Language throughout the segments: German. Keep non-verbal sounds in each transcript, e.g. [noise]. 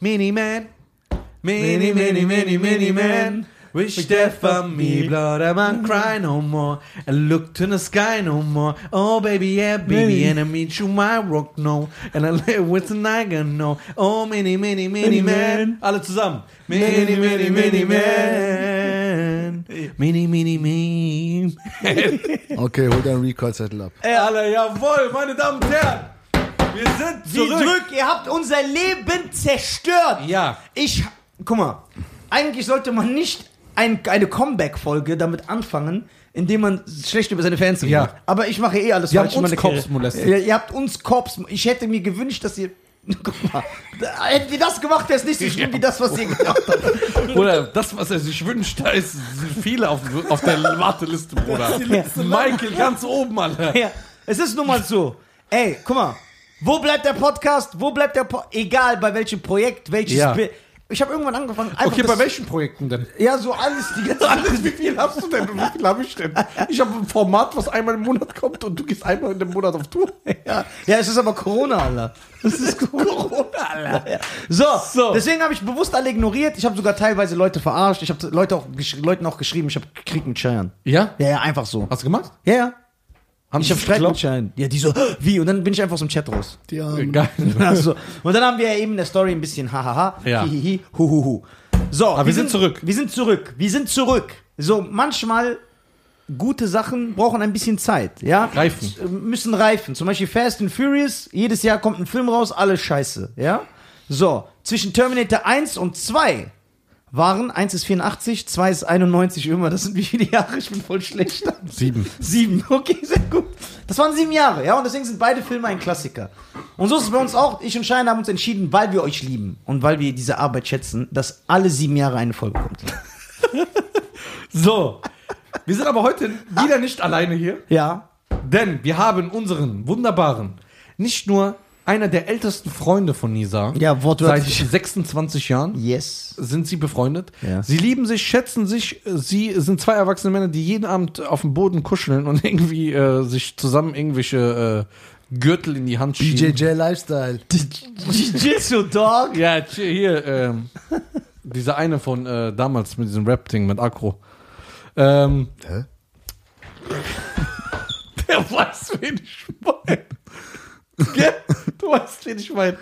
Miniman. Mini, mini, mini, mini man. Wish death on me, Mm. blood, I won't cry no more. I look to the sky no more. Oh, baby, yeah, baby, Mini. and I meet you, my rock, no. And I live with the Niger, no. Oh, mini, mini, mini, Mini man. man. Alle zusammen. Mini, mini, mini, man. Mini, mini, mini. Okay, hol deinen Recall-Zettel ab. Ey, alle, jawohl, meine Damen und Herren. Wir sind Sie zurück. zurück, ihr habt unser Leben zerstört. Ja. Ich, guck mal, eigentlich sollte man nicht ein, eine Comeback-Folge damit anfangen, indem man schlecht über seine Fans redet. Ja. Aber ich mache eh alles Sie falsch. haben uns in meiner Karriere. Cops molestet. Ja, ihr habt uns Cops. Ich hätte mir gewünscht, dass ihr. [laughs] Guck mal, da- hätten wir das gemacht, wäre es nicht so schlimm wie das, was ihr gemacht [laughs] habt. Oder das, was er sich wünscht, da ist, sind viele auf, auf der [laughs] Warteliste, Bruder. Michael ganz oben, Alter. Ja. Es ist nun mal so. Ey, guck mal. Wo bleibt der Podcast? Wo bleibt der po Egal bei welchem Projekt, welches. Ja. Bi- Ich habe irgendwann angefangen. Einfach Okay, das- bei welchen Projekten denn? Ja, so alles, die ganze Alles, wie viel [laughs] hast du denn und wie viel habe ich denn? Ich habe ein Format, was einmal im Monat kommt und du gehst einmal in dem Monat auf Tour. Ja, ja, es ist aber Corona, Alter. Das ist Corona, Alter. Ja. So, So. deswegen habe ich bewusst alle ignoriert. Ich habe sogar teilweise Leute verarscht. Ich habe Leute auch gesch- Leuten auch geschrieben, ich habe Krieg mit Cheyenne. Ja? Ja, ja, einfach so. Hast du gemacht? Ja, ja. Haben Ich die habe Streit mit geglaubt? Cheyenne. Ja, die so, [gasps] wie? Und dann bin ich einfach aus dem Chat raus. [laughs] Die Armen. Geil. Also, und dann haben wir ja eben in der Story ein bisschen hahaha, Ja. hihihi, huhuhu. So, Aber wir sind zurück. Wir sind zurück. Wir sind zurück. So, manchmal gute Sachen brauchen ein bisschen Zeit, ja? Reifen. S- Müssen reifen. Zum Beispiel Fast and Furious. Jedes Jahr kommt ein Film raus, alles scheiße, ja? So, zwischen Terminator 1 und 2 waren, 1 ist 84, 2 ist 91, immer, das sind wie viele Jahre, ich bin voll schlecht. Sieben. Sieben, okay, sehr gut. Das waren sieben Jahre, ja, und deswegen sind beide Filme ein Klassiker. Und so ist es bei uns auch. Ich und Schein haben uns entschieden, weil wir euch lieben und weil wir diese Arbeit schätzen, dass alle sieben Jahre eine Folge kommt. [laughs] So. Wir sind aber heute wieder nicht alleine hier, Ja. denn wir haben unseren wunderbaren, nicht nur einer der ältesten Freunde von Nisa. Ja, Seit wortwörtlich. 26 Jahren. [laughs] Yes. sind sie befreundet. Ja. Sie lieben sich, schätzen sich. äh, Sie sind zwei erwachsene Männer, die jeden Abend auf dem Boden kuscheln und irgendwie äh, sich zusammen irgendwelche äh, Gürtel in die Hand schieben. BJJ Lifestyle. Jiu-Jitsu Dog. Ja, tsch- hier, ähm, dieser eine von äh, damals mit diesem Rap-Ding mit Akro. Ähm, Hä? [laughs] der weiß, wen ich meine. Gell? Du weißt, wen ich meine.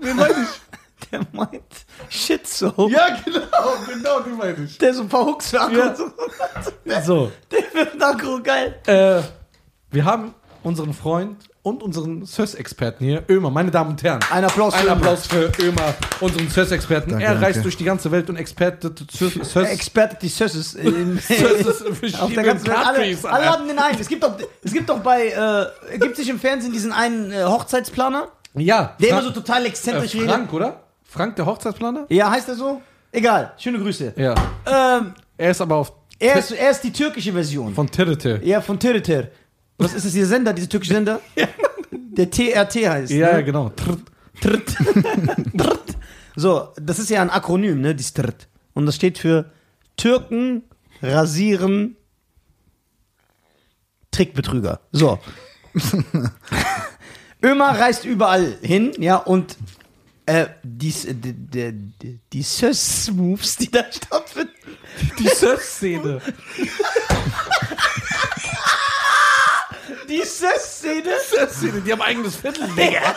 Wen meine ich? Der meint Shitso. Ja, genau, genau, die meine ich. Der so ein paar Hooks für Akku Ja. und so. So, Der wird Akku geil. äh, wir haben unseren Freund und unseren SÖS-Experten hier, Ömer, meine Damen und Herren. Ein Applaus Ein für Applaus für Ömer, unseren SÖS-Experten. Danke, Er danke. reist durch die ganze Welt und expertet SÖS. Der Experte die [laughs] Sösses. in- SÖS in [laughs] Auf der verschiedenen ganzen Welt. Countries. Alle, alle Alter. haben den einen. Es gibt doch, es gibt doch bei, äh, gibt es nicht im Fernsehen diesen einen äh, Hochzeitsplaner? Ja, Der Fra- immer so total äh, exzentrisch redet. Frank, oder? Frank, der Hochzeitsplaner? Ja, heißt er so? Egal, schöne Grüße. Ja. Ähm, Er ist aber auf er, ist, er ist die türkische Version. von Tirete. ja, von Tiritir. Was ist das, dieser Sender, dieser türkische [laughs] Sender? Der TRT heißt. Ja, ja, ne? genau. Tr- Tritt. [laughs] Tritt. So, das ist ja ein Akronym, ne, dieses Tritt. Und das steht für Türken rasieren Trickbetrüger. So. Ömer reist überall hin, ja, und äh, die, S- die, die, die, die Söss-Moves, die da stattfinden, Die [laughs] SÖS-Szene. die Söss-Szene, SÖS-Szene, die haben eigenes Viertel. Digga.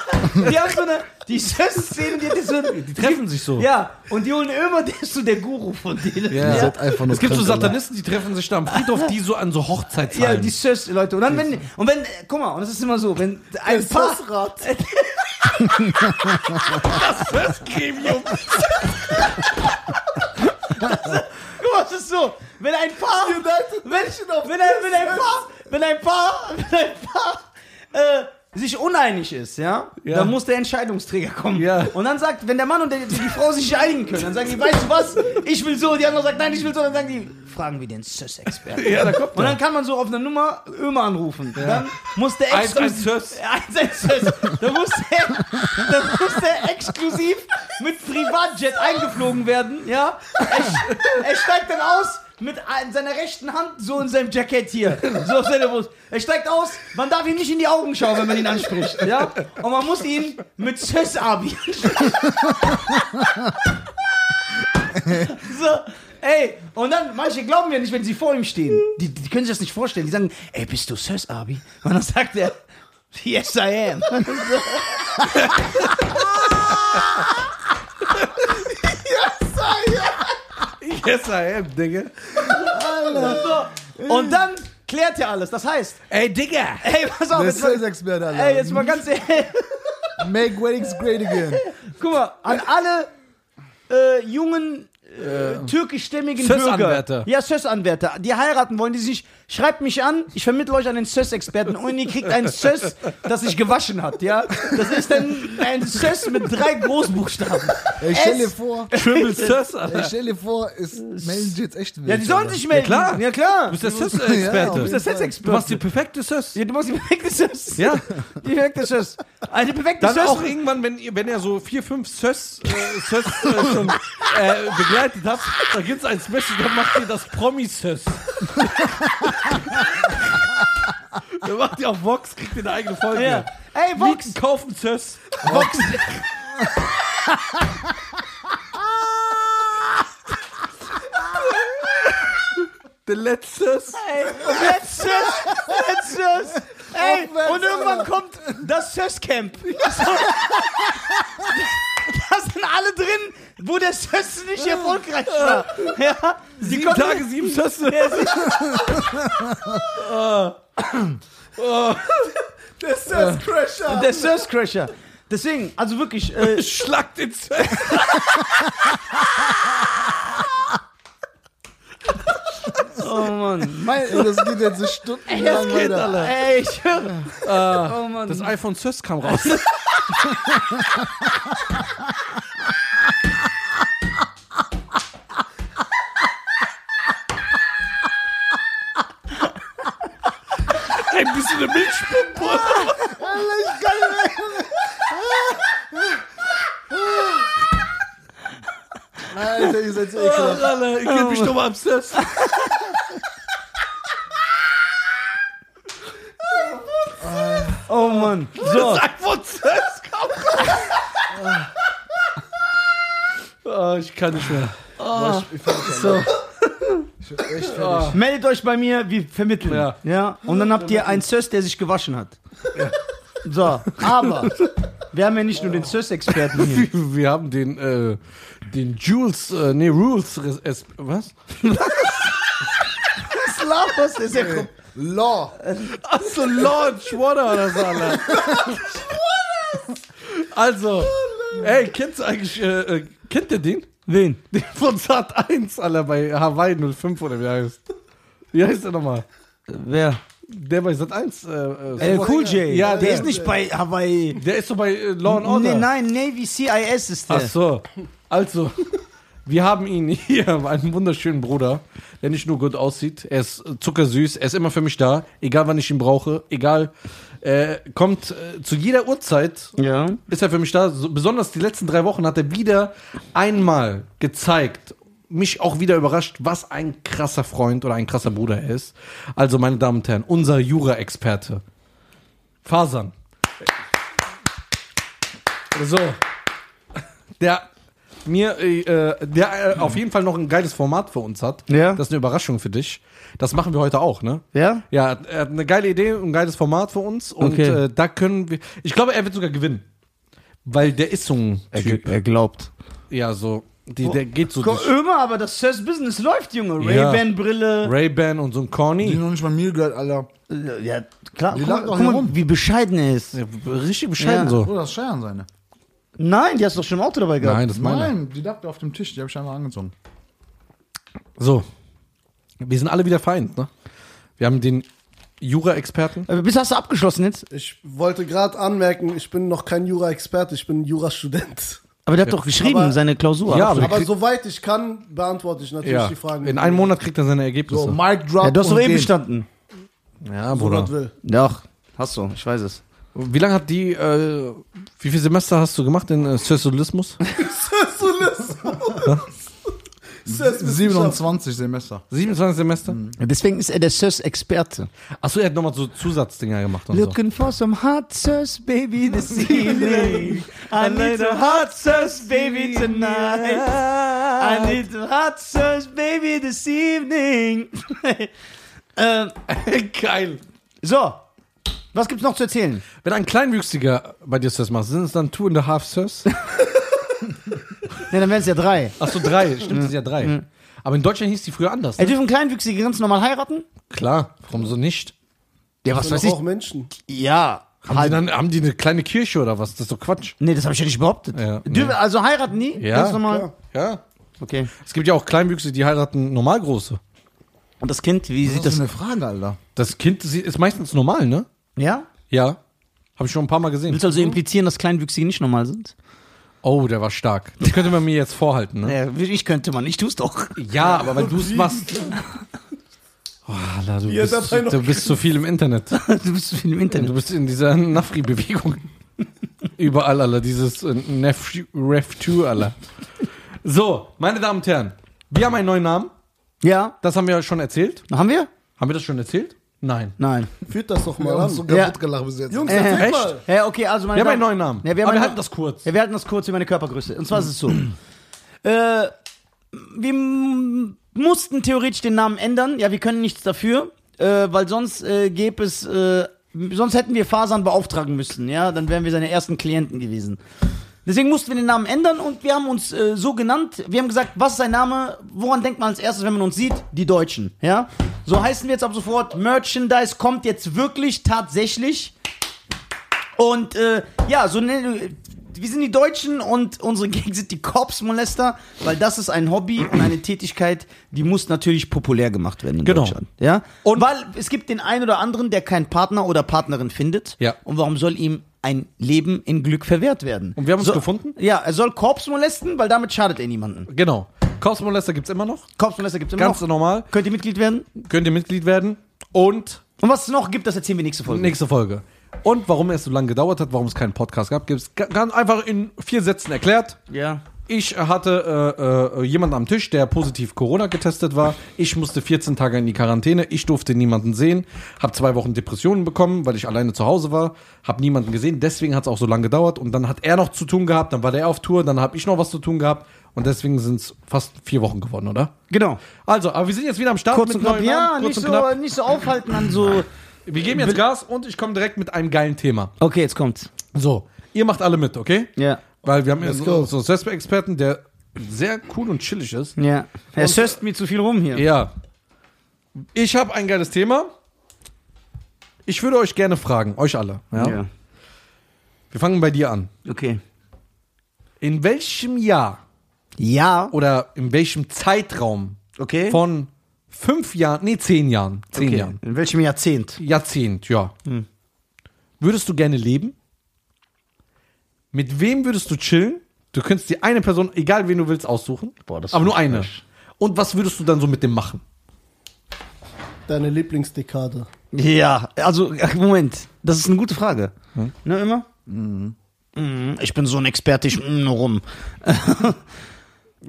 die haben so eine, die Söss-Szene, die hat jetzt so eine, Die treffen sich so. ja, und die holen Ömer, der ist so der Guru von denen. Ihr seid einfach nur Es gibt so krank, Alter. Satanisten, die treffen sich da am Friedhof, die so an so Ja, Hochzeitsfeiern. die Sös, Leute. Und dann, wenn, und wenn, äh, guck mal, und das ist immer so, wenn ein Paar, [laughs] Satanist. Gremium. guck mal, das ist so, wenn ein Paar, wenn, wenn, ein, wenn ein Paar, wenn ein Paar, [laughs] wenn ein Paar, äh, sich uneinig ist, ja, Ja. dann muss der Entscheidungsträger kommen. Ja. Und dann sagt, wenn der Mann und der, die Frau sich nicht einigen können, dann sagen die, weißt du was, ich will so, die andere sagt, nein, ich will so, dann sagen die, fragen wir den Sös-Experten. Ja, da kommt Und dann kann man so auf eine Nummer Ömer anrufen. Dann muss der Eins, exklusiv. eins, tschüss. [laughs] Eins, eins, tschüss. Dann muss der, dann muss der exklusiv mit Privatjet eingeflogen werden. Ja? Er, er steigt dann aus. mit a- in seiner rechten Hand so in seinem Jackett hier. So auf seiner Brust. Er steigt aus, man darf ihm nicht in die Augen schauen, wenn man ihn anspricht. Ja? Und man muss ihn mit Sös abi So, ey, und dann, manche glauben mir nicht, wenn sie vor ihm stehen. Die, die können sich das nicht vorstellen. Die sagen, ey, bist du Sös abi Und dann sagt er, yes I am. Yes, I am, Digga. So, und dann klärt er alles. Das heißt, Ey, Digga. ey, pass auf, Der jetzt mal, Sales-Experte, Alter. ey, jetzt mal ganz ehrlich. Make weddings great again. Guck mal, an alle äh, jungen äh, türkischstämmigen Bürger. Sös-Anwärter. Ja, Sös-Anwärter. Die heiraten wollen, die sich nicht. Schreibt mich an, ich vermittle euch einen Sös-Experten und ihr kriegt ein Sös, das sich gewaschen hat, ja. Das ist ein, ein Sös mit drei Großbuchstaben. Ey, stell Es- dir vor, Triple Sus, ey, Alter. stell dir vor, es melden sich jetzt echt wild. Ja, die sollen Alter. sich melden. klar. Ja, klar. Du bist der Ja, auf Sus-Experte. jeden bist der Fall. Sex- du machst die perfekte Sus. Ja, du machst die perfekte Sös. Ja, Die perfekte Sös. Also [laughs] die perfekte dann Sös. auch irgendwann, wenn ihr, wenn ihr so vier, fünf Sös, äh, Sös äh, schon äh, begleitet habt, dann gibt's ein Special, dann macht ihr das Promi-Sös. dann macht ihr auf Vox, kriegt ihr eine eigene Folge. ja. Ey, Vox. Mieten, kaufen Sös. [laughs] Der letzte Ey, und jetzt Sös, jetzt Sös. Ey, Aufwärts, und irgendwann kommt das Sös-Camp. [laughs] So. Da sind alle drin, wo der Sös nicht erfolgreich war. Ja, sie Sieben konnten- Tage, sieben [laughs] Sösse. Ja, sie- Der Sales-Crasher. Der Sös-Crasher. Deswegen, also wirklich, äh, Schlag den Söss. oh Mann. Mein, ey, das geht jetzt so Das stundenlang geht weiter. alle. Ey, ich höre. Oh Mann. Das iPhone Söss kam [laughs] raus. Ein bisschen eine Milchpumpe. Alter, ihr seid so ekelhaft. Alter, Oh, ich könnte mich doch mal am [laughs] Söss. oh Mann. So. iPhone Söss kam raus. Oh, ich kann nicht mehr. Ah. Boah, ich, ich fand das so. Ich bin echt fertig. Ah. Meldet euch bei mir, wir vermitteln. Ja. Ja. Und dann habt ihr einen Sös, der sich gewaschen hat. So, aber wir haben ja nicht nur [laughs] den Sös-Experten hier. Wir, wir haben den, äh, den Jules, äh, nee, Rules, res- es- was? Was laberst du? Ist ja kom- Law. Achso, Launch, Water oder so, Alter. Also, ey, kennst du eigentlich, äh, äh, kennt ihr den? Wen? Den von Sat 1, Alter, bei Hawaii 05 oder wie der heißt? Wie heißt der nochmal? Wer? Der bei Sat 1, äh, äh, Äh, cool J. Ja, der der. ist nicht bei Hawaii. der ist so bei äh, Law and Nee, Order. nein, Navy CIS ist der. Ach so. Also, wir haben ihn hier, [laughs] einen wunderschönen Bruder, der nicht nur gut aussieht, er ist äh, zuckersüß, er ist immer für mich da, egal wann ich ihn brauche, egal, äh, kommt äh, zu jeder Uhrzeit, Ja. ist er für mich da. So, besonders die letzten drei Wochen hat er wieder einmal gezeigt, mich auch wieder überrascht, was ein krasser Freund oder ein krasser Bruder er ist. Also, meine Damen und Herren, unser Jura-Experte. Fasan. So. Der mir, äh, der äh, auf jeden Fall noch ein geiles Format für uns hat. Ja. Das ist eine Überraschung für dich. Das machen wir heute auch, ne? Ja? Ja, er hat eine geile Idee, ein geiles Format für uns. Und Okay. äh, da können wir. Ich glaube, er wird sogar gewinnen. Weil der ist so ein Typ. glaubt. Ja, so. Die, der geht so durch Immer, aber das Sös-Business läuft, Junge. Ja. Ray-Ban-Brille. Ray-Ban und so ein Die Corny. noch nicht mal mir gehört, Alter. Ja, klar. Die Guck, lag mal- doch guck hier mal, rum. wie bescheiden er ist. Ja, richtig bescheiden Ja. so. Oh, das ist Scheiern seine. Nein, die hast du doch schon im Auto dabei gehabt. Nein, das ist meine. Nein, die lag da auf dem Tisch, die habe ich einfach angezogen. So. Wir sind alle wieder vereint, ne? Wir haben den Jura-Experten. Aber Äh, Bis hast du abgeschlossen jetzt? Ich wollte gerade anmerken, ich bin noch kein Jura-Experte, ich bin Also Jurastudent. Aber der hat doch geschrieben, Aber- seine Klausur. Ja, abschließen. Wir Aber krieg- soweit ich kann, beantworte ich natürlich Ja. die Fragen. In einem Monat kriegt er seine So, Ergebnisse. Mic Drop. Ja, du hast und doch eben gehen. bestanden. ja, so Gott Bruder. will. Doch, hast du, ich weiß es. Wie lange hat die, äh, wie [laughs] viel Semester hast du gemacht in äh, Sozialismus? Sozialismus. Sess Wissenschaft. 27 Semester. 27 Semester? Deswegen ist er der SÖS-Experte. Achso, er hat nochmal so Zusatzdinger gemacht und so. Looking for some hot SÖS, baby, [laughs] this evening. I need some hot SÖS, baby, tonight. I need some hot SÖS, baby, this evening. [laughs] ähm, Geil. so, was gibt's noch zu erzählen? Wenn ein Kleinwüchsiger bei dir Sirs macht, sind es dann two and a half Sirs? Ne, dann wären es ja drei. Achso, [laughs] drei. Stimmt, es sind ja drei. Aber in Deutschland hieß die früher anders. Er Ne? dürfen Kleinwüchsige ganz normal heiraten? Klar, warum so nicht? Ja, Das was sind doch auch Menschen. Ja. Haben die, dann, haben die eine kleine Kirche oder was? Das ist doch Quatsch. Nee, das habe ich ja nicht behauptet. Ja, Dürfen- Also heiraten nie? Ja, Ganz normal. klar. Ja. Okay. Es gibt ja auch Kleinwüchsige, die heiraten Normalgroße. Und das Kind, wie sieht Das das? ist eine Frage, Alter. Das Kind sie- ist meistens normal, ne? Ja? Ja. Habe ich schon ein paar Mal gesehen. Willst du also implizieren, dass Kleinwüchsige nicht normal sind? Oh, der war stark. Das könnte man mir jetzt vorhalten, ne? Ja, ich könnte man, ich [laughs] tu's doch. Ja, aber wenn du es machst. Oh, Alter, du, Ihr bist, dabei noch- du bist so viel im Internet. Du bist viel im Du Internet. bist in dieser Nafri-Bewegung. Überall, Alter. Dieses äh, Nef- Ref2, Alter. So, meine Damen und Herren, wir haben einen neuen Namen. Ja, Das haben wir schon erzählt. haben wir? Haben wir das schon erzählt? Nein. Nein. Führt das doch Wir mal haben an. uns so Ja. kaputt gelacht bis jetzt. Jungs, Äh, erzähl echt? mal. Ja, okay, also meine Wir haben einen Damen- neuen Namen. Ja, wir haben Aber wir einen- halten das kurz. Ja, wir halten das kurz über meine Körpergröße. Und zwar ist es so. äh, wir m- mussten theoretisch den Namen ändern. Ja, wir können nichts dafür, äh, weil sonst äh, gäbe es, äh, sonst hätten wir Fasern beauftragen müssen. Ja, dann wären wir seine ersten Klienten gewesen. Deswegen mussten wir den Namen ändern und wir haben uns äh, so genannt. Wir haben gesagt, was ist sein Name? Woran denkt man als erstes, wenn man uns sieht? Die Deutschen. Ja, so heißen wir jetzt ab sofort. Merchandise kommt jetzt wirklich tatsächlich. Und äh, ja, so ne, wir sind die Deutschen und unsere Gang sind die Korpsmolester, weil das ist ein Hobby und eine Tätigkeit, die muss natürlich populär gemacht werden in Genau. Deutschland. Ja? Und- Und weil es gibt den einen oder anderen, der keinen Partner oder Partnerin findet. Ja. Und warum soll ihm ein Leben in Glück verwehrt werden? Und wir haben uns gefunden? Ja, er soll Korps molesten, weil damit schadet er niemanden. Genau. Kosmolester gibt's immer noch. Korpsmolester gibt es immer Ganz noch. normal. Könnt ihr Mitglied werden? Könnt ihr Mitglied werden. Und Und was es noch gibt, das erzählen wir nächste Folge. nächste Folge. Und warum es so lange gedauert hat, warum es keinen Podcast gab, gibt's ga- ganz einfach in vier Sätzen erklärt. Ja. Ich hatte äh, äh, jemanden am Tisch, der positiv Corona getestet war. Ich musste 14 Tage in die Quarantäne. Ich durfte niemanden sehen. Hab zwei Wochen Depressionen bekommen, weil ich alleine zu Hause war. Hab niemanden gesehen. Deswegen hat es auch so lange gedauert. Und dann hat er noch zu tun gehabt. Dann war der auf Tour. Dann hab ich noch was zu tun gehabt. Und deswegen sind es fast vier Wochen geworden, oder? Genau. Also, aber wir sind jetzt wieder am Start Kurz und knapp. neuen Ja, Namen, kurz nicht und so, knapp. nicht so aufhalten an so. Wir geben jetzt Gas und ich komme direkt mit einem geilen Thema. Okay, jetzt kommt's. So, ihr macht alle mit, okay? Ja. Weil wir haben ja Let's so go. so einen Sespe-Experten, der sehr cool und chillig ist. Ja. Er söst mir zu viel rum hier. Ja. Ich habe ein geiles Thema. Ich würde euch gerne fragen, euch alle. Ja? Wir fangen bei dir an. Okay. In welchem Jahr Ja. oder in welchem Zeitraum Okay. von fünf Jahren, nee, zehn Jahren, zehn okay. Hm. Jahren, In welchem Jahrzehnt? Jahrzehnt, ja. Würdest du gerne leben? Mit wem würdest du chillen? Du könntest dir eine Person, egal wen du willst, aussuchen. Boah, das aber ist nur eine. Und was würdest du dann so mit dem machen? Deine Lieblingsdekade. Ja. Also, ach, Moment. Das ist eine gute Frage. Ne, immer? Mhm. Ich bin so ein Experte, ich mm, nur rum.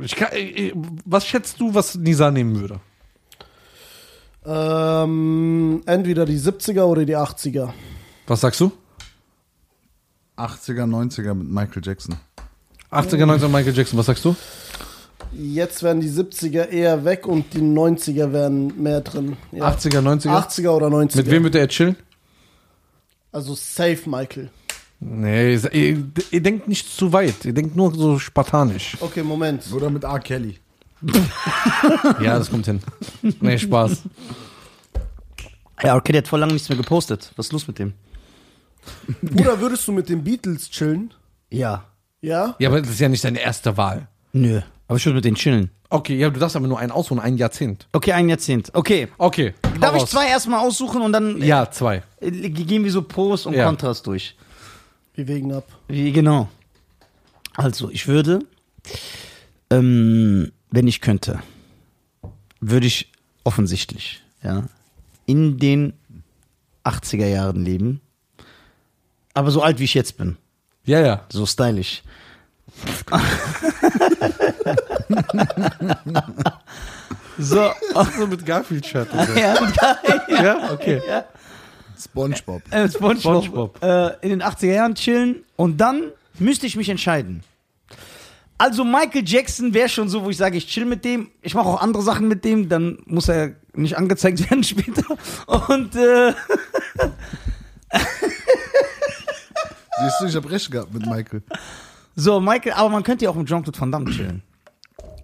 Ich kann, äh, äh, was schätzt du, was Nisa nehmen würde? Ähm, entweder die 70er oder die 80er. Was sagst du? 80er, 90er mit Michael Jackson. 80er, 90er Michael Jackson, was sagst du? Jetzt werden die 70er eher weg und die 90er werden mehr drin. Ja. 80er, 90er? 80er oder 90er. Mit wem würde er chillen? Also safe, Michael. Nee, ihr, ihr, ihr denkt nicht zu weit. Ihr denkt nur so spartanisch. Okay, Moment. Oder mit R. Kelly. [laughs] Ja, das kommt hin. Nee, Spaß. Ja, okay, der hat vor langem nichts mehr gepostet. Was ist los mit dem? Oder würdest du mit den Beatles chillen? Ja. Ja? Ja, aber das ist ja nicht deine erste Wahl. Nö. Aber ich würde mit denen chillen. Okay, ja, du darfst aber nur einen aussuchen, ein Jahrzehnt. Okay, ein Jahrzehnt. Okay. Okay. Darf hau ich raus. zwei erstmal aussuchen und dann äh, Ja, zwei. äh, gehen wir so Pros und Ja. Kontras durch? Wir wägen ab. Wie genau? Also, ich würde, ähm, wenn ich könnte, würde ich offensichtlich, ja, in den 80er Jahren leben. Aber so alt wie ich jetzt bin, Ja, ja. [laughs] so stylisch. [laughs] So. So mit Garfield-Shirt. [laughs] ja, und da- ja, okay. Spongebob. äh, SpongeBob, SpongeBob. Äh, in den 80er Jahren chillen und dann müsste ich mich entscheiden. Also Michael Jackson wäre schon so, wo ich sage, ich chill mit dem, ich mache auch andere Sachen mit dem, dann muss er nicht angezeigt [laughs] werden später. Und äh, Siehst du, ich hab recht gehabt mit Michael. so, Michael, aber man könnte ja auch mit Jean-Claude Van Damme chillen.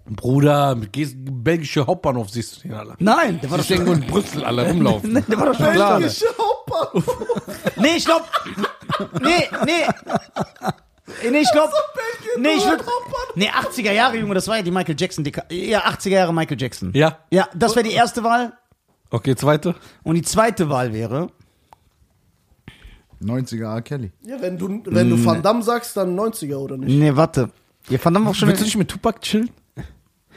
Bruder, mit gehst- belgischer Hauptbahnhof siehst du den, Alter. Nein, der war doch Ich denke, in Brüssel alle rumlaufen. Nee, [laughs] der war doch schon klar. Klar. Welche Hauptbahnhof? Nee, ich glaub. Nee, nee. Nee, ich glaub. Nee, ich würd, nee, 80er Jahre, Junge, das war ja die Michael Jackson. Die, ja, 80er Jahre Michael Jackson. [laughs] Ja. Ja, das wäre die erste Wahl. Okay, zweite. Und die zweite Wahl wäre. 90er R. Kelly. Ja, wenn du, wenn du Van Damme sagst, dann 90er oder nicht? Nee, warte. Ihr fand auch schon. Willst du nicht mit Tupac chillen?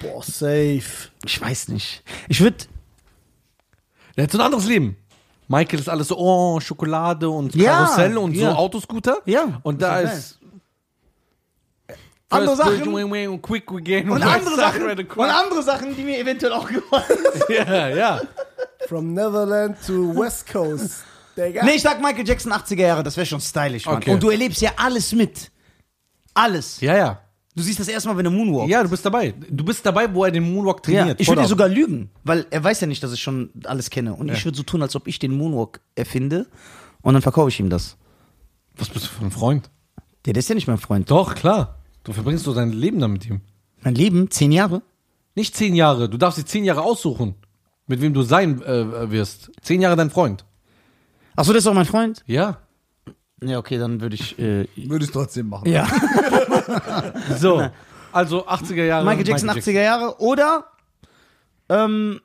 Boah, safe. Ich weiß nicht. Ich würde. Der hat so ein anderes Leben. Michael ist alles so, oh, Schokolade und Ja, Karussell und ja. so Autoscooter. Ja, Und da das ist. Andere First Sachen- bridge, wing, wing, und Quick again. [laughs] Und andere Sachen. Und andere Sachen, die mir eventuell auch gefallen. Ja, ja. From Neverland to West Coast. Digga. Nee, ich sag Michael Jackson 80er Jahre, das wäre schon stylisch, Mann. Okay. Und du erlebst ja alles mit. Alles. Ja, ja. Du siehst das erstmal, wenn er Moonwalk. Ja, du bist dabei. Du bist dabei, wo er den Moonwalk trainiert. ich Voll würde dir ab. sogar lügen, weil er weiß ja nicht, dass ich schon alles kenne. Und ich würde so tun, als ob ich den Moonwalk erfinde und dann verkaufe ich ihm das. Was bist du für ein Freund? Der, der ist ja nicht mein Freund. Doch, klar. Du verbringst so dein Leben dann mit ihm. Mein Leben, zehn Jahre. Nicht zehn Jahre. Du darfst dir zehn Jahre aussuchen, mit wem du sein äh, wirst. Zehn Jahre dein Freund. Achso, das ist auch mein Freund? Ja. Ja, okay, dann würde ich. Äh, Würde ich trotzdem machen. ja. [laughs] So. Also 80er Jahre. Michael Jackson, 80er Jahre. Oder. Ähm,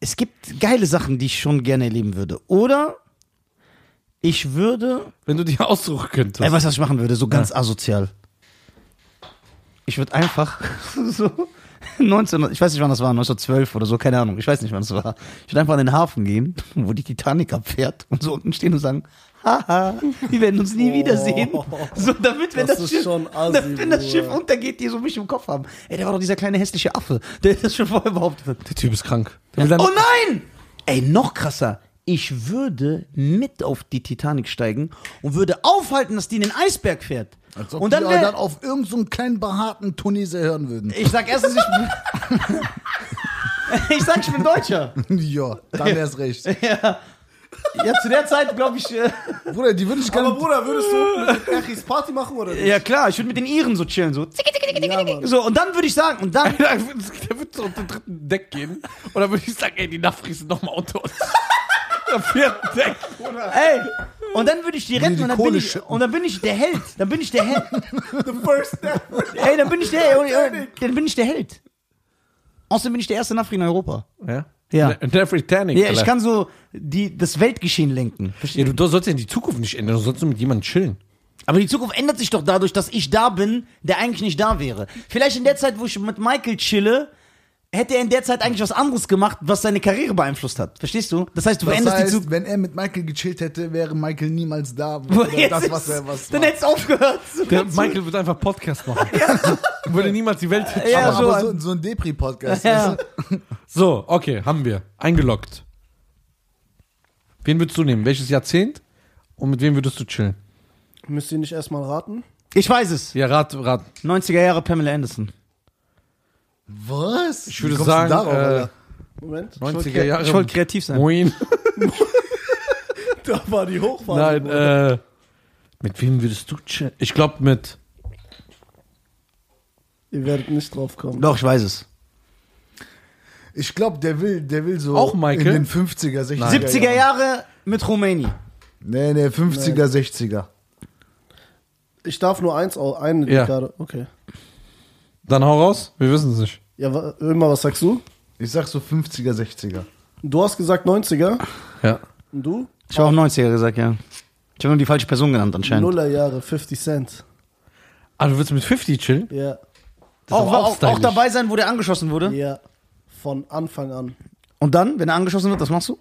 es gibt geile Sachen, die ich schon gerne erleben würde. Oder. Ich würde. Wenn du dir [laughs] aussuchen könntest. Ey, weißt du, was ich machen würde? So ganz asozial. Ich würde einfach [laughs] so 19, ich weiß nicht, wann das war, 1912 oder so, keine Ahnung, ich weiß nicht, wann das war. Ich würde einfach in den Hafen gehen, [laughs] wo die Titanic abfährt und so unten stehen und sagen, haha, wir werden uns nie wiedersehen. So, damit, wenn Oh. Das das, ist Schiff, schon [laughs] assi, damit, wenn das Bruder. Schiff untergeht, die so mich im Kopf haben. Ey, der war doch dieser kleine hässliche Affe, [laughs] der das schon vorher behauptet hat. Der Typ ist krank. Der will dann- Oh nein! Ey, noch krasser. Ich würde mit auf die Titanic steigen und würde aufhalten, dass die in den Eisberg fährt. Als ob Und dann die dann wäre. auf irgendeinen so einen kleinen behaarten Tunnese hören würden. Ich sag erstens, ich. [laughs] ich sag, ich bin Deutscher. [laughs] ja, dann erst recht. Ja, zu der Zeit, glaube ich. Äh, Bruder, die würde ich gar Aber nicht. Bruder, würdest du mit den Achis Party machen oder nicht? ja, klar, ich würde mit den Iren so chillen. So. Ja, Mann. so, und dann würde ich sagen, [laughs] und dann. Der wird, der wird so auf den dritten Deck gehen. Und dann würde ich sagen, ey, die Nafri sind nochmal unter uns. Am vierten Deck. Ey! Und dann würde ich die retten die und dann, Kohle bin ich, schütten. und dann bin ich der Held. Dann bin ich der Held. [laughs] The first step. Ey, dann bin ich [laughs] der. Dann bin ich der Held. Außerdem bin ich der erste Nafri in Europa. Ja? Ja. Nafri Tanning. Ja, ich kann so die, das Weltgeschehen lenken. Ja, du, du sollst ja die Zukunft nicht ändern. Du sollst nur mit jemandem chillen. Aber die Zukunft ändert sich doch dadurch, dass ich da bin, der eigentlich nicht da wäre. Vielleicht in der Zeit, wo ich mit Michael chille, hätte er in der Zeit eigentlich was anderes gemacht, was seine Karriere beeinflusst hat. Verstehst du? Das heißt, du Das veränderst die heißt, Zukunft. wenn er mit Michael gechillt hätte, wäre Michael [laughs] niemals da. Oder das, was er was dann war. hättest du aufgehört. Der Michael wird einfach Podcast machen. [laughs] Würde niemals die Welt Ja, aber, so aber ein- so, so ein Depri-Podcast. Ja. weißt du? So, okay, haben wir. Eingeloggt. Wen würdest du nehmen? Welches Jahrzehnt? Und mit wem würdest du chillen? Müsst ihr nicht erstmal raten? Ich weiß es. Ja, rat, rat. 90er Jahre Pamela Anderson. Was? Ich würde Wie kommst du sagen, darauf, Alter? Moment. äh, 90er Jahre. Ich wollte kreativ sein. [laughs] Moin. [laughs] Da war die Hochphase. Nein, Bruder. äh. Mit wem würdest du chillen? Ich glaube mit. Ihr werdet nicht drauf kommen. Doch, ich weiß es. Ah, Ich glaube, der will, der will so Auch Michael? in den 50er, 60er. 70er Jahre mit Rumäni. Nee, nee, 50er, 60er. Ich darf nur eins, au- eine Ja. Dekade. Okay. Dann hau raus. Wir wissen es nicht. Ja, wa- immer was sagst du? Ich sag so 50er, 60er. Du hast gesagt 90er. Ja. Und du? Ich habe auch 90er gesagt, ja. Ich habe nur die falsche Person genannt anscheinend. Nullerjahre, 50 Cent. Ah, du willst mit 50 chillen? Ja, Das ist Auch, aber auch, auch stylisch. dabei sein, wo der angeschossen wurde. ja. Von Anfang an. Und dann, wenn er angeschossen wird, was machst du?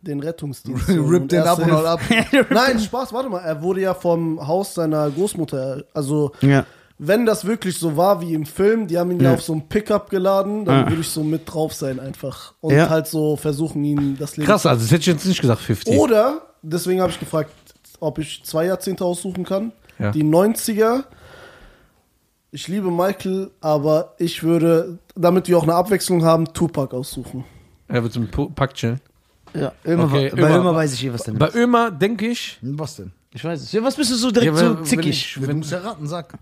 den Rettungsdienst. Rip den ab und haut ab. [laughs] Nein, Spaß, warte mal. Er wurde ja vom Haus seiner Großmutter, also Ja. wenn das wirklich so war wie im Film, die haben ihn ja, Ja. auf so ein Pickup geladen, dann Ja. würde ich so mit drauf sein einfach. Und Ja. halt so versuchen, ihm das Leben Krass, also das hätte ich jetzt nicht gesagt, 50. Oder, deswegen habe ich gefragt, ob ich zwei Jahrzehnte aussuchen kann. Ja. Die 90er. Ich liebe Michael, aber ich würde, damit wir auch eine Abwechslung haben, Tupac aussuchen. Er wird zum Pu- Pakt chillen. Ja, Ömer, Okay, bei Ömer. Ömer weiß ich eh, was damit Bei Ömer denke ich. Hm, Was denn? Ich weiß es. Ja, was bist du so direkt Ja, so wenn- zickig? Wenn ich, Du wenn, musst ja raten, sag.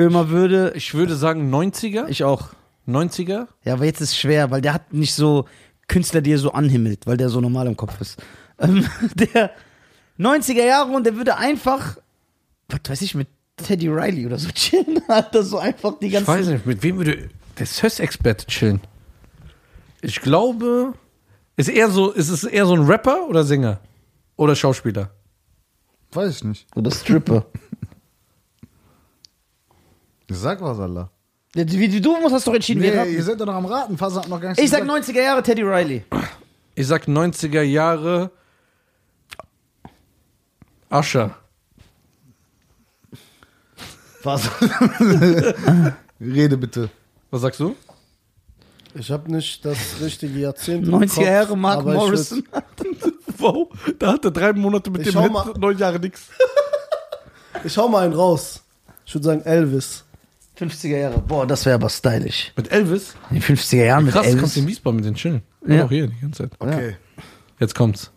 Ömer würde. ich würde sagen 90er. Ich auch. 90er. Ja, aber jetzt ist schwer, weil der hat nicht so Künstler, die er so anhimmelt, weil der so normal im Kopf ist. Ähm, [laughs] der 90er Jahre und der würde einfach, was weiß ich, mit Teddy Riley oder so [laughs] chillen, Alter, so einfach die Ich weiß ganze. nicht, mit wem würde der Söss-Experte chillen? Ich glaube, ist eher so, ist es eher so ein Rapper oder Sänger? Oder Schauspieler? Weiß ich nicht. Oder Stripper. Sag was, Allah. Ja, Wie, wie du musst, hast doch entschieden, Nee, wer ihr raten. seid doch noch am Raten. Faser hat noch gar nicht Ich sag gesagt. 90er Jahre Teddy Riley. Ich sag 90er Jahre. Ascher. [laughs] Rede bitte. Was sagst du? Ich habe nicht das richtige Jahrzehnt. im 90er Jahre Mark aber ich würd- [laughs] Morrison. Wow, da hat er drei Monate mit Ich schau mal. neun Jahre nichts. Ich hau mal einen raus. Ich würde sagen Elvis. 50er Jahre. Boah, das wäre aber stylisch. Mit Elvis? In den 50er Jahren mit Krass, Elvis. kannst du in Wiesbaden mit den chillen. Ja. Auch hier die ganze Zeit. Okay. Jetzt kommt's.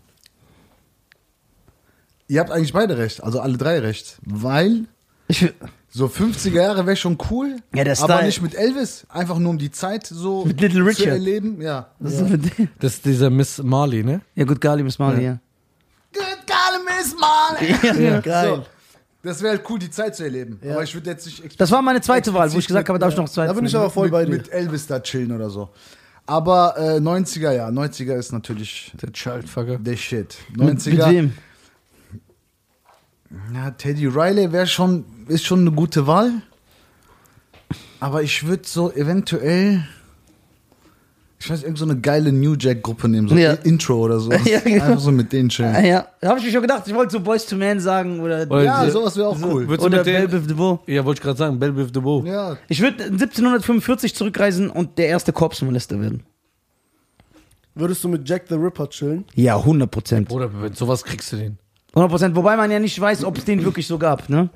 Ihr habt eigentlich beide recht, also alle drei recht. Weil ich, so 50er Jahre wäre schon cool. Ja, der aber Style. nicht mit Elvis. Einfach nur um die Zeit so Mit Little zu Richard. erleben. Ja. das ist mit dem. Das ist dieser Miss Marley, ne? Ja, gut, Gali Miss Marley, ja. Good God, Miss Marley. ja. Geil. Das wäre halt cool, die Zeit zu erleben. Ja. Aber ich würde jetzt nicht Das war meine zweite Wahl, wo ich gesagt habe, darf äh, ich noch zwei. Da bin ich aber voll mit, bei dir. mit Elvis da chillen oder so. Aber äh, 90er, ja. 90er ist natürlich Der Childfucker. der Shit. mit, mit 90er. wem? Ja, Teddy Riley wäre schon, ist schon eine gute Wahl. Aber ich würde so eventuell, ich weiß, irgend so eine geile New Jack-Gruppe nehmen, so Ja. ein Intro oder so. [laughs] Ja, genau. Einfach so mit denen chillen. Ah, ja, da habe ich mir schon gedacht, ich wollte so Boys to Man sagen oder. Oder Ja, diese- sowas wäre auch cool. Würdest du oder mit Belle den, Biv DeVoe. ja, wollte ich gerade sagen, Belle Biv DeVoe. Ja, Ich würde 1745 zurückreisen und der erste Korpsmolester werden. Würdest du mit Jack the Ripper chillen? Ja, 100 Prozent. Bruder, mit sowas kriegst du den. 100 Prozent. Wobei man ja nicht weiß, ob es den wirklich so gab, ne?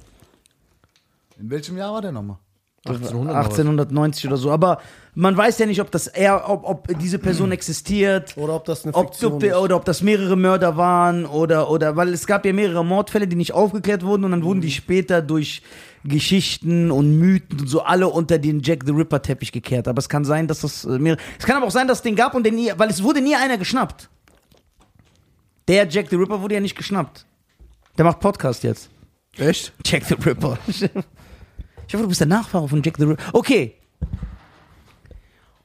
in welchem Jahr war der nochmal? 1800. 1890 oder so. Aber man weiß ja nicht, ob das er, ob, ob diese [clears throat] Person existiert. Oder ob das eine Ob, Fiktion ob, ist? der- oder ob das mehrere Mörder waren oder, oder weil es gab ja mehrere Mordfälle, die nicht aufgeklärt wurden und dann wurden Mhm. die später durch Geschichten und Mythen und so alle unter den Jack the Ripper Teppich gekehrt. Aber es kann sein, dass das äh, mehrere. Es kann aber auch sein, dass es den gab und den nie, weil es wurde nie einer geschnappt. Der Jack the Ripper wurde ja nicht geschnappt. Der macht Podcast jetzt. Echt? Jack the Ripper. Ich hoffe, du bist der Nachfahre von Jack the Ripper. Okay.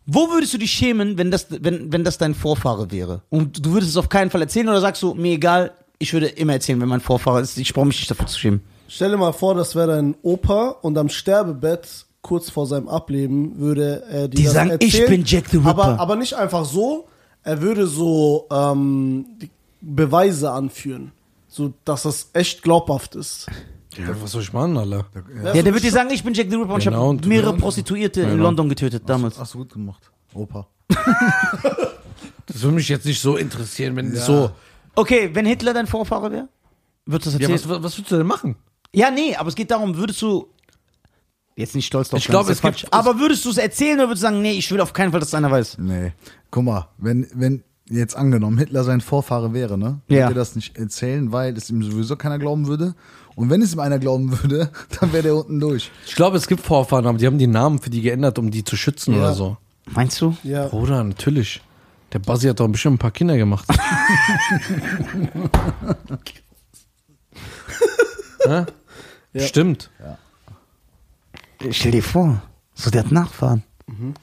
Wo würdest du dich schämen, wenn das, wenn, wenn das dein Vorfahre wäre? Und du würdest es auf keinen Fall erzählen oder sagst du, mir egal, ich würde immer erzählen, wenn mein Vorfahre ist. Ich brauche mich nicht dafür zu schämen. Stell dir mal vor, das wäre dein Opa und am Sterbebett, kurz vor seinem Ableben, würde er dir Die das sagen, ich erzählen. bin Jack the Ripper. Aber, aber nicht einfach so, er würde so ähm, die Beweise anführen, so dass das echt glaubhaft ist. Ja, was soll ich machen, Alter? ja, der wird dir sagen, ich bin Jack the Ripper und Genau, ich und- habe mehrere Prostituierte in Genau. London getötet damals. Hast du gut gemacht, Opa. Das würde mich jetzt nicht so interessieren, wenn so. Okay, wenn Hitler dein Vorfahre wäre? Würdest du Ja, das erzählen? was, was was würdest du denn machen? Ja, nee, aber es geht darum, würdest du. Jetzt nicht stolz drauf Ich sein, glaube, das es ist ja gibt- Quatsch. Aber würdest du es erzählen oder würdest du sagen, nee, ich will auf keinen Fall, dass einer weiß? Nee. Guck mal, wenn, wenn jetzt angenommen Hitler sein Vorfahre wäre, ne? Ja. Würde er das nicht erzählen, weil es ihm sowieso keiner glauben würde. Und wenn es ihm einer glauben würde, [laughs] dann wäre der unten durch. Ich glaube, es gibt Vorfahren, aber die haben die Namen für die geändert, um die zu schützen Ja. oder so. Meinst du? Ja. Bruder, natürlich. Der Basi hat doch bestimmt ein paar Kinder [laughs] gemacht. [laughs] Hä? Stimmt. Stell dir vor, so der hat Nachfahren.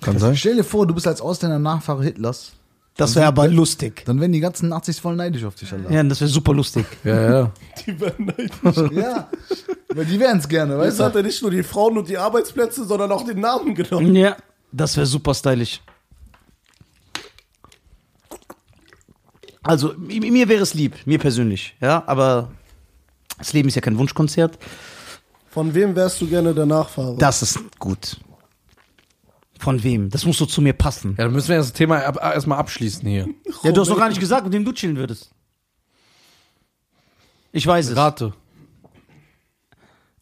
Kann sein. Stell dir vor, du bist als Ausländer Nachfahre Hitlers. Das wäre aber lustig. Dann werden die ganzen Nazis voll neidisch auf dich, Alter. Ja, das wäre super lustig. [laughs] Ja, ja. Ja. Weil die wären es gerne, weißt Jetzt hat du? er nicht nur die Frauen und die Arbeitsplätze, sondern auch den Namen genommen. ja, das wäre super stylisch. Also mi- mir wäre es lieb, mir persönlich, ja, aber das Leben ist ja kein Wunschkonzert. Von wem wärst du gerne der Nachfahre? Das ist gut. Von wem? Das muss so zu mir passen. Ja, dann müssen wir das Thema ab, erstmal abschließen hier. Ja, du hast doch gar nicht gesagt, mit wem du chillen würdest. Ich weiß es. Rate.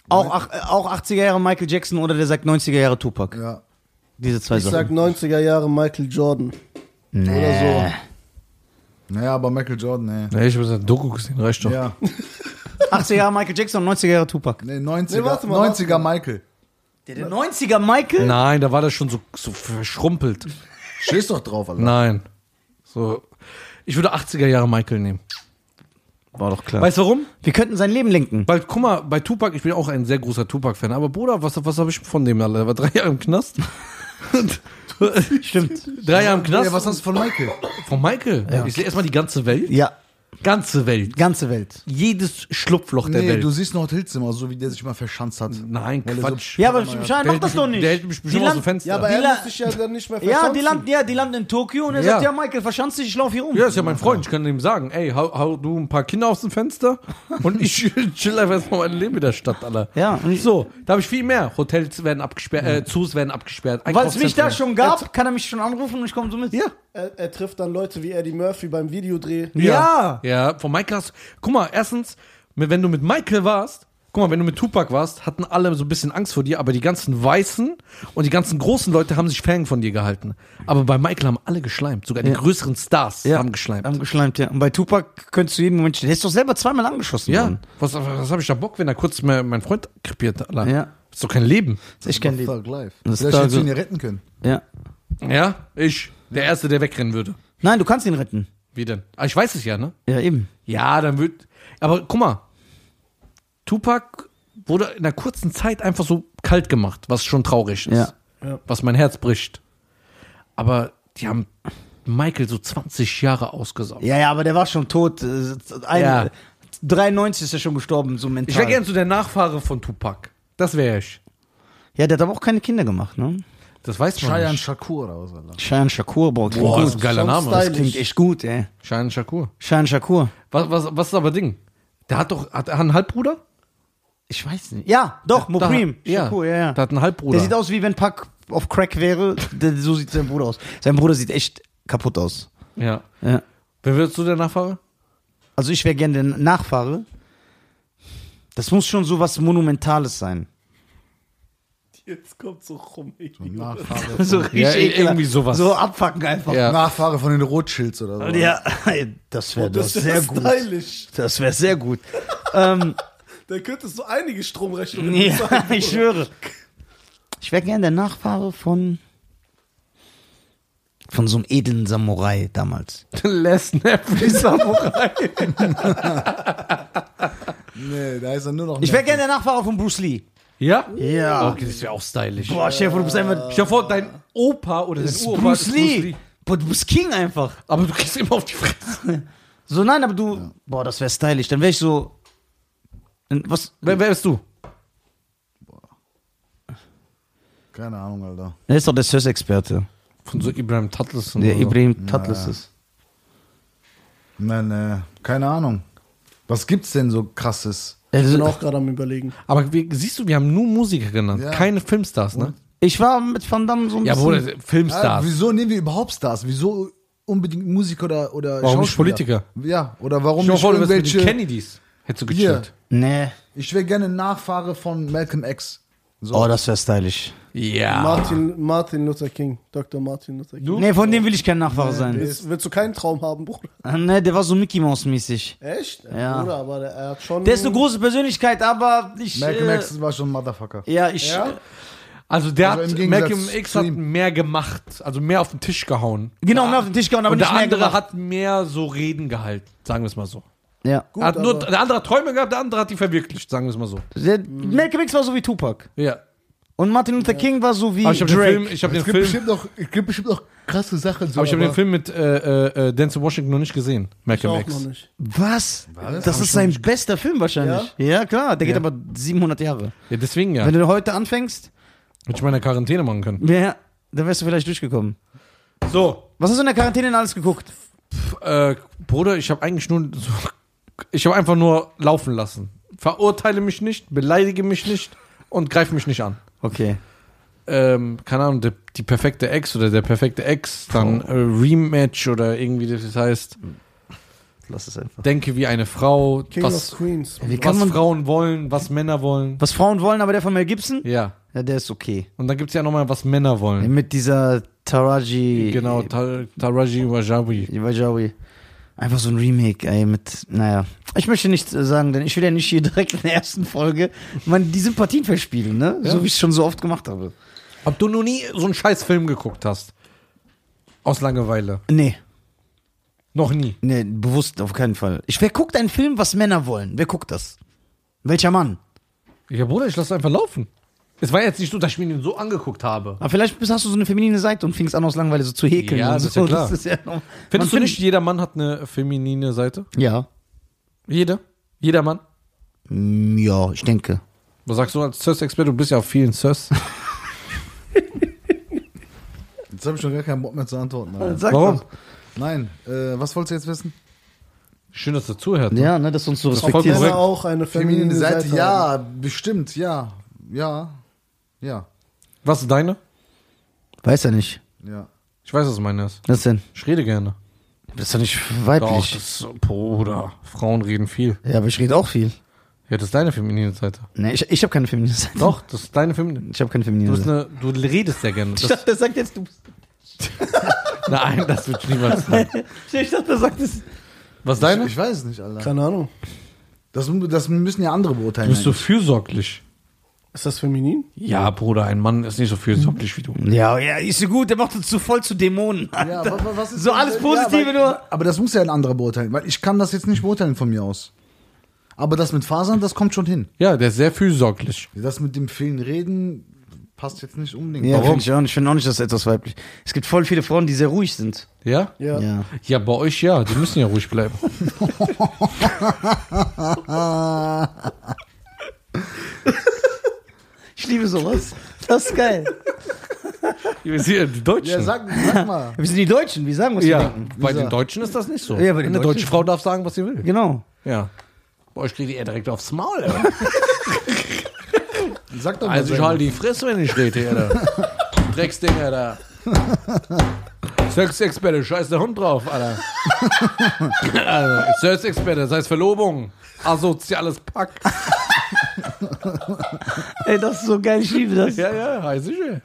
Auch, ach, äh, auch 80er Jahre Michael Jackson oder der sagt 90er Jahre Tupac. Ja. Diese zwei ich sag Sachen. 90er Jahre Michael Jordan. nee. Naja, aber Michael Jordan, nee. Ja, ich habe eine Doku gesehen, reicht doch. Ja. 80er Jahre Michael Jackson und 90er Jahre Tupac. Nee, 90er, Nee, warte mal, 90er Michael. Der, 90er Michael? Nein, da war das schon so, so verschrumpelt. Stehst doch drauf, Alter. Nein. So. Ich würde 80er Jahre Michael nehmen. War doch klar. Weißt du warum? wir könnten sein [laughs] Leben lenken. Weil, guck mal, bei Tupac, ich bin auch ein sehr großer Tupac-Fan, aber Bruder, was, was habe ich von dem alle? Er war drei Jahre im Knast. [laughs] Stimmt. drei Jahre im Knast. Ja, was hast du von Michael? Von Michael. Ich sehe erstmal die ganze Welt. Ja, Ganze Welt. ganze Welt. Jedes Schlupfloch der nee, Welt. du siehst noch Hillzimmer, so wie der sich mal verschanzt hat. Nein, Quatsch. Ja, aber Schein macht das doch nicht. Der hält mich bestimmt aus dem landen- Fenster. Ja, aber Die er La- muss sich ja dann nicht mehr Ja, die verschanzen. landen, ja, die landen in Tokio und er Ja. sagt, ja, Michael, verschanz dich, ich lauf hier um. rum. Ja, ist ja mein Freund. Ich kann ihm sagen, ey, hau, hau du ein paar Kinder aus dem Fenster [laughs] und ich chill einfach erstmal mein Leben in der Stadt, Alter. Ja, und ich- So, da habe ich viel mehr. Hotels werden abgesperrt, äh, Zoos werden abgesperrt. Weil es mich da Einkaufszentren. schon gab, kann er mich schon anrufen und ich komme so mit. Ja. Er, er trifft dann Leute wie Eddie Murphy beim Videodreh. Ja. Ja. Ja, von Michael hast Guck mal, erstens, mit- wenn du mit Michael warst, guck mal, wenn du mit Tupac warst, hatten alle so ein bisschen Angst vor dir, aber die ganzen Weißen und die ganzen großen Leute haben sich Fan von dir gehalten. Aber bei Michael haben alle geschleimt. Sogar die größeren Stars haben geschleimt. Haben geschleimt, ja. Und bei Tupac könntest du jeden Moment stehen. Der ist doch selber zweimal angeschossen Ja, worden. was, was habe ich da Bock, wenn da kurz me- mein Freund krepiert? Alter. Ja. Ist doch kein Leben. Das ist echt kein Leben. Thug Life. Das ist Vielleicht hättest du Thug- ihn ja retten können. Ja. Ja, ich. Der Erste, der wegrennen würde. Nein, du kannst ihn retten. Wie denn? Ah, ich weiß es ja, ne? Ja, eben. Ja, dann wird. Aber guck mal, Tupac wurde in einer kurzen Zeit einfach so kalt gemacht, was schon traurig ist. Ja. Ja. Was mein Herz bricht. Aber die haben Michael so 20 Jahre ausgesaugt. Ja, ja, aber der war schon tot. Äh, Ein, Ja. 93 ist er schon gestorben, so mental. Ich wäre gern so der Nachfahre von Tupac. Das wäre ich. ja, der hat aber auch keine Kinder gemacht, ne? Das weiß man Cheyenne nicht. Shakur oder was, Alter. Cheyenne Shakur, boah, klingt Boah, gut. das ist ein geiler Schon Name. stylisch. Das- Das klingt echt gut, ey. Cheyenne Shakur. Cheyenne Shakur. Was, was, was ist aber Ding? Der hat doch, hat er einen Halbbruder? Ich weiß nicht. Ja, doch, Moprim. Da, ja, Shakur, ja, ja. Der hat einen Halbbruder. Der sieht aus, wie wenn Pack auf Crack wäre. Der, so sieht sein Bruder aus. Sein Bruder sieht echt kaputt aus. ja. Ja. Wer würdest du der Nachfahre? Also ich wäre gerne der Nachfahre. Das muss schon so was Monumentales sein. Jetzt kommt so rum. Nachfahre, So richtig Ja, e- ekelhaft. irgendwie sowas. e-, So abfacken einfach. Ja. Nachfahre von den Rothschilds oder so. Ja, [laughs] das wäre doch Das sehr wäre gut. stylisch. Das wäre sehr gut. ähm, Da könntest du einige Stromrechnungen [laughs] ja, ich schwöre. Ich wäre gerne der Nachfahre von von so einem edlen Samurai damals. Les [laughs] Nephi Samurai. Nee, da ist er nur noch. Ich wäre gerne der Nachfahre von Bruce Lee. Ja? Ja. Okay, das wäre auch stylisch. Boah, Chef, du bist einfach Stell dir vor, dein Opa oder dein Bruce, Uropa Bruce, ist Lee. Boah, du bist King einfach. Aber du kriegst immer auf die Fresse. So, nein, aber du. Boah, das wäre stylisch. Dann wäre ich so. Was? Wer, wer bist du? Keine Ahnung, Alter. Er ist doch der Sös-Experte. Von so Ibrahim Tatlis. Der Ibrahim Tatlis ist. Nein, nee, keine Ahnung. Was gibt's denn so krasses? Ich bin Also, auch gerade am überlegen. Aber wir, siehst du, wir haben nur Musiker genannt. Ja. Keine Filmstars, ne? ich war mit Van Damme so ein Ja, bisschen. Bruder, Ja, Filmstars. Äh, wieso nehmen wir überhaupt Stars? Wieso unbedingt Musik oder Warum oder nicht Schauspieler? Politiker? Ja, oder warum Stell dir nicht vor, du wärst mit den irgendwelche? Kennedys. Hättest du Hier. gechillt. Nee. Ich wäre gerne Nachfahre von Malcolm X. So. Oh, das wäre stylisch. Ah. Ja. Martin, Martin Luther King. Dr. Martin Luther King. Nee, von dem will ich kein Nachfahre sein. Willst, willst du keinen Traum haben, Bruder? Ah, Nee, der war so Mickey Mouse-mäßig. Echt? Ja. Bruder, aber der, er hat schon. Der ist eine große Persönlichkeit, aber ich. Malcolm äh, X war schon ein Motherfucker. Ja, ich. Ja? Also der Also im hat, Gegensatz Malcolm X zu hat ihm. mehr gemacht. Also mehr auf den Tisch gehauen. Genau, mehr auf den Tisch gehauen, aber Und nicht der mehr andere gemacht. hat mehr so Reden gehalten. Sagen wir es mal so. ja. Gut, hat nur, aber- der andere hat Träume gehabt, der andere hat die verwirklicht. Sagen wir es mal so. Der, Malcolm X war so wie Tupac. Ja. Und Martin Luther King war so wie Aber Ah, ich habe den Drake. Film, ich hab den es, gibt Film bestimmt noch, es gibt bestimmt noch krasse Sachen. So, Aber ich habe den Film mit äh, äh, Dance Washington noch nicht gesehen. Malcolm auch noch X. nicht. Was? Das ist sein bester Film wahrscheinlich. Ja, klar. Der geht aber 700 Jahre. Ja, deswegen ja. Wenn Hätte du heute anfängst, ich meine Quarantäne machen können. ja, dann wärst du vielleicht durchgekommen. So, Was hast du in der Quarantäne denn alles geguckt? Pff, äh, Bruder, ich habe eigentlich nur, so, ich habe einfach nur laufen lassen. Verurteile mich nicht, beleidige mich nicht und greif mich nicht an. Okay. Ähm, keine Ahnung, die, die perfekte Ex oder der perfekte Ex, dann äh, Rematch oder irgendwie das heißt, Lass es einfach. denke wie eine Frau, King was, of Queens. Wie kann was man, Frauen wollen, was Männer wollen. was Frauen wollen, aber der von Mel Gibson? Ja. Ja, der ist okay. Und dann gibt's ja nochmal, was Männer wollen. Mit dieser Taraji. Genau, Ta- Taraji Wajabi. Iwajawi. Einfach so ein Remake, ey, mit, naja. Ich möchte nichts äh, sagen, denn ich will ja nicht hier direkt in der ersten Folge man die Sympathien verspielen, ne? So wie ich es schon so oft gemacht habe. Ob du noch nie so einen scheiß Film geguckt hast? Aus Langeweile. Nee, Noch nie. nee, bewusst auf keinen Fall. Ich, wer guckt einen Film, was Männer wollen? Wer guckt das? Welcher Mann? Ja, Bruder, ich lass einfach laufen. Es war jetzt nicht so, dass ich mir den so angeguckt habe. Aber vielleicht bist- hast du so eine feminine Seite und fingst an, aus Langeweile so zu häkeln. Ja, und das ist so. [laughs] ja klar. noch- Findest Man du nicht, jeder Mann hat eine feminine Seite? Ja. Jeder? Jeder Mann? Mm, Ja, ich denke. Was sagst du als Sus-Experte? Du bist ja auf vielen Sus. Jetzt habe ich schon gar keinen Bock mehr zu antworten. Alter. Sag Warum? Nein, äh, was wolltest du jetzt wissen? Schön, dass du zuhörst. doch. Ja, ne, dass du uns so ist voll respektierst. korrekt. Männer auch eine Feminine Seite, haben. ja, bestimmt, ja. Ja, ja, Was ist deine? Weiß er nicht. ja. Ich weiß, was meine ist. Was denn? Ich rede gerne. Das ist doch nicht Doch, weiblich. das ist, Bruder, Frauen reden viel. ja, aber ich rede auch viel. Ja, das ist deine feminine Seite. Nee, ich, ich habe keine feminine [laughs] Seite. Doch, das ist deine feminine. Ich habe keine Du, feminine bist Seite. eine, du redest sehr gerne. Ich Das, [laughs] dachte, der sagt jetzt, du bist. nein, das wird niemals sein. Ich dachte, der sagt es. Was ist Ich, deine? ich weiß es nicht, Alter. Keine Ahnung. Das, das müssen ja andere beurteilen. Bist du fürsorglich? Ist das feminin? Ja, Bruder, ein Mann ist nicht so fürsorglich wie du. Ja, ja, ist so gut, der macht uns zu voll zu Dämonen. Ja, wa- wa- was ist So alles Positive weil, nur. Aber das muss ja ein anderer beurteilen, weil ich kann das jetzt nicht beurteilen von mir aus. Aber das mit Fasern, das kommt schon hin. Ja, der ist sehr fürsorglich. Das mit dem vielen Reden passt jetzt nicht unbedingt. Ja, Warum? finde ich auch nicht. Ich finde auch nicht, dass etwas weiblich. Es gibt voll viele Frauen, die sehr ruhig sind. Ja? Ja. Ja, bei euch ja. Die müssen ja ruhig [laughs] bleiben. Ich liebe sowas. Das ist geil. Ihr seht, die Deutschen. Ja, sag, sag mal. [laughs] Wir sind die Deutschen, wir sagen, was wir Ja, denken. bei Wieso? den Deutschen ist das nicht so. Ja, bei den Eine deutsche Deutschen- Frau darf sagen, was sie will. Genau. Ja. Bei euch kriegt ihr direkt aufs Maul. [laughs] Alter. Sag doch mal. Also ich selber. halte die Fresse, wenn ich rede, Alter. [laughs] Drecksdinger da. Sexexperte, scheiß der Hund drauf, [laughs] Alter. Alter, Sexexperte, sei es Verlobung, asoziales Pack. Ey, das ist so geil, ich liebe das. Ja, ja, heiß [laughs] sicher.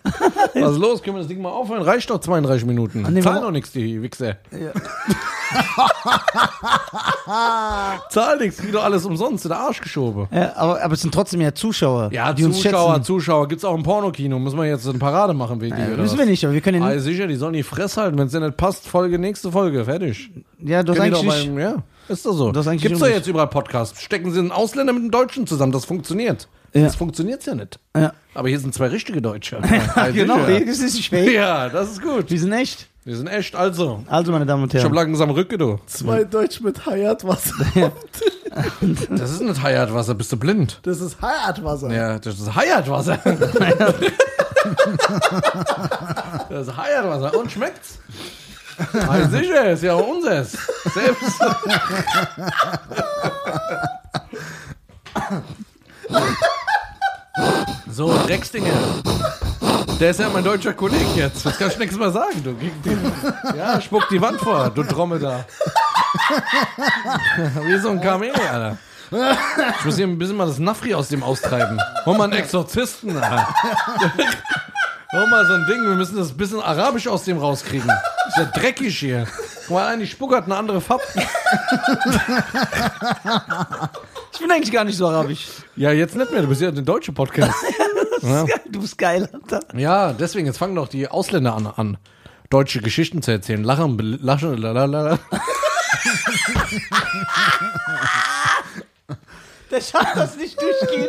Was ist los? Können wir das Ding mal aufhören? Reicht doch 32 Minuten. nee, Zahl warum- doch nichts, die Wichser. [laughs] Zahl nichts, krieg doch alles umsonst in der Arsch geschoben. Ja, aber, aber es sind trotzdem ja Zuschauer, Ja, die uns Zuschauer, schätzen. Zuschauer, gibt's auch im Pornokino. Müssen wir jetzt eine Parade machen wegen dir? Ja, Also, oder müssen wir was? nicht, aber wir können ja Ah, nicht. sicher, die sollen die Fress halten. Wenn's dir nicht passt, Folge, nächste Folge, fertig. Ja, du hast Können die eigentlich doch nicht. beim- ja, ist doch so. Das ist eigentlich um Gibt's doch unrecht. jetzt überall Podcasts. Stecken sie einen Ausländer mit einem Deutschen zusammen, das funktioniert. Ja. Das funktioniert's ja nicht. [laughs] Ja. Aber hier sind zwei richtige [laughs] Deutsche. Genau, Ja. das ist nicht [laughs] schwer. Ja, das ist gut. Wir sind echt. Wir sind echt, also. Also, meine Damen und Ich hab Herren. langsam Rücke, du. Zwei Deutsch mit Hayatwasser. Das ist nicht Heiratwasser, bist du blind? Das ist Hayatwasser. Ja, das ist Heiratwasser. das ist Heiratwasser. Und schmeckt's? Ah, sicher, ist ja auch unseres. Selbst. so, Drecksdinge. Der ist ja mein deutscher Kollege jetzt. Das kannst du nichts mehr sagen, du. Gegen den- Ja, spuck die Wand vor, du Trommel da. Wie so ein Kamel, Alter. Ich muss hier ein bisschen mal das Nafri aus dem austreiben. Hol mal einen Exorzisten. Alter. Hol mal so ein Ding, wir müssen das bisschen arabisch aus dem rauskriegen. Ist ja dreckig hier. Guck mal, eine Spucke hat eine andere Farbe. Ich bin eigentlich gar nicht so arabisch. Ja, jetzt nicht mehr, du bist ja der deutsche Podcast. Das ist geil, [laughs] Du bist geil, Alter. Ja, deswegen, jetzt fangen doch die Ausländer an, an deutsche Geschichten zu erzählen. Lachen, bel- lachen, lalala. Der schafft das nicht durchgehen.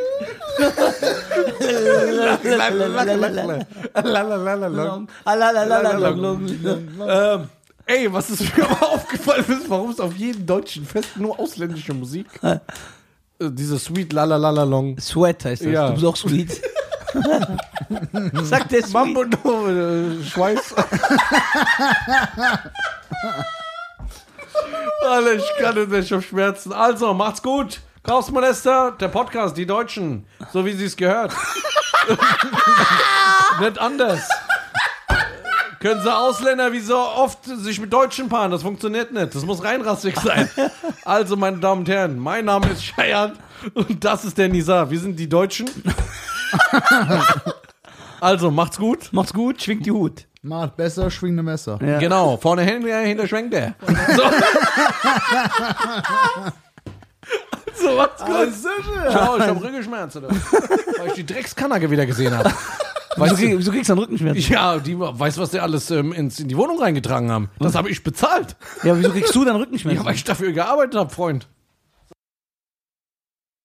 Ähm, ey, was ist mir aber aufgefallen ist, warum es auf jedem deutschen Fest nur ausländische Musik? Äh, Diese Sweet Lalalalalong. Sweat heißt das. Ja. Du bist auch sweet. Sag der Sweet. Mambo, äh, Schweiß. Alter, ich kann nicht mehr, ich hab Schmerzen. Also, macht's gut. Kaufsmonester, der Podcast, die Deutschen, so wie sie es gehört. [laughs] nicht anders. Können sie Ausländer wie so oft sich mit Deutschen paaren? Das funktioniert nicht. Das muss reinrassig sein. Also, meine Damen und Herren, mein Name ist Scheiern und das ist der Nizar. Wir sind die Deutschen. Also, macht's gut. Macht's gut, schwingt die Hut. Macht besser, schwingende Messer. Ja. Genau, vorne Henry, hinter schwenkt [laughs] er. So. so, macht's gut. Ciao, ich hab Rückenschmerzen. Weil ich die Dreckskanacke wieder gesehen habe. Wieso, krieg, wieso kriegst du dann Rückenschmerzen? Ja, die weiß, was die alles ähm, ins, Hm. in die Wohnung reingetragen haben. Das habe ich bezahlt. Ja, wieso kriegst du dann Rückenschmerzen? Ja, weil ich dafür gearbeitet habe, Freund.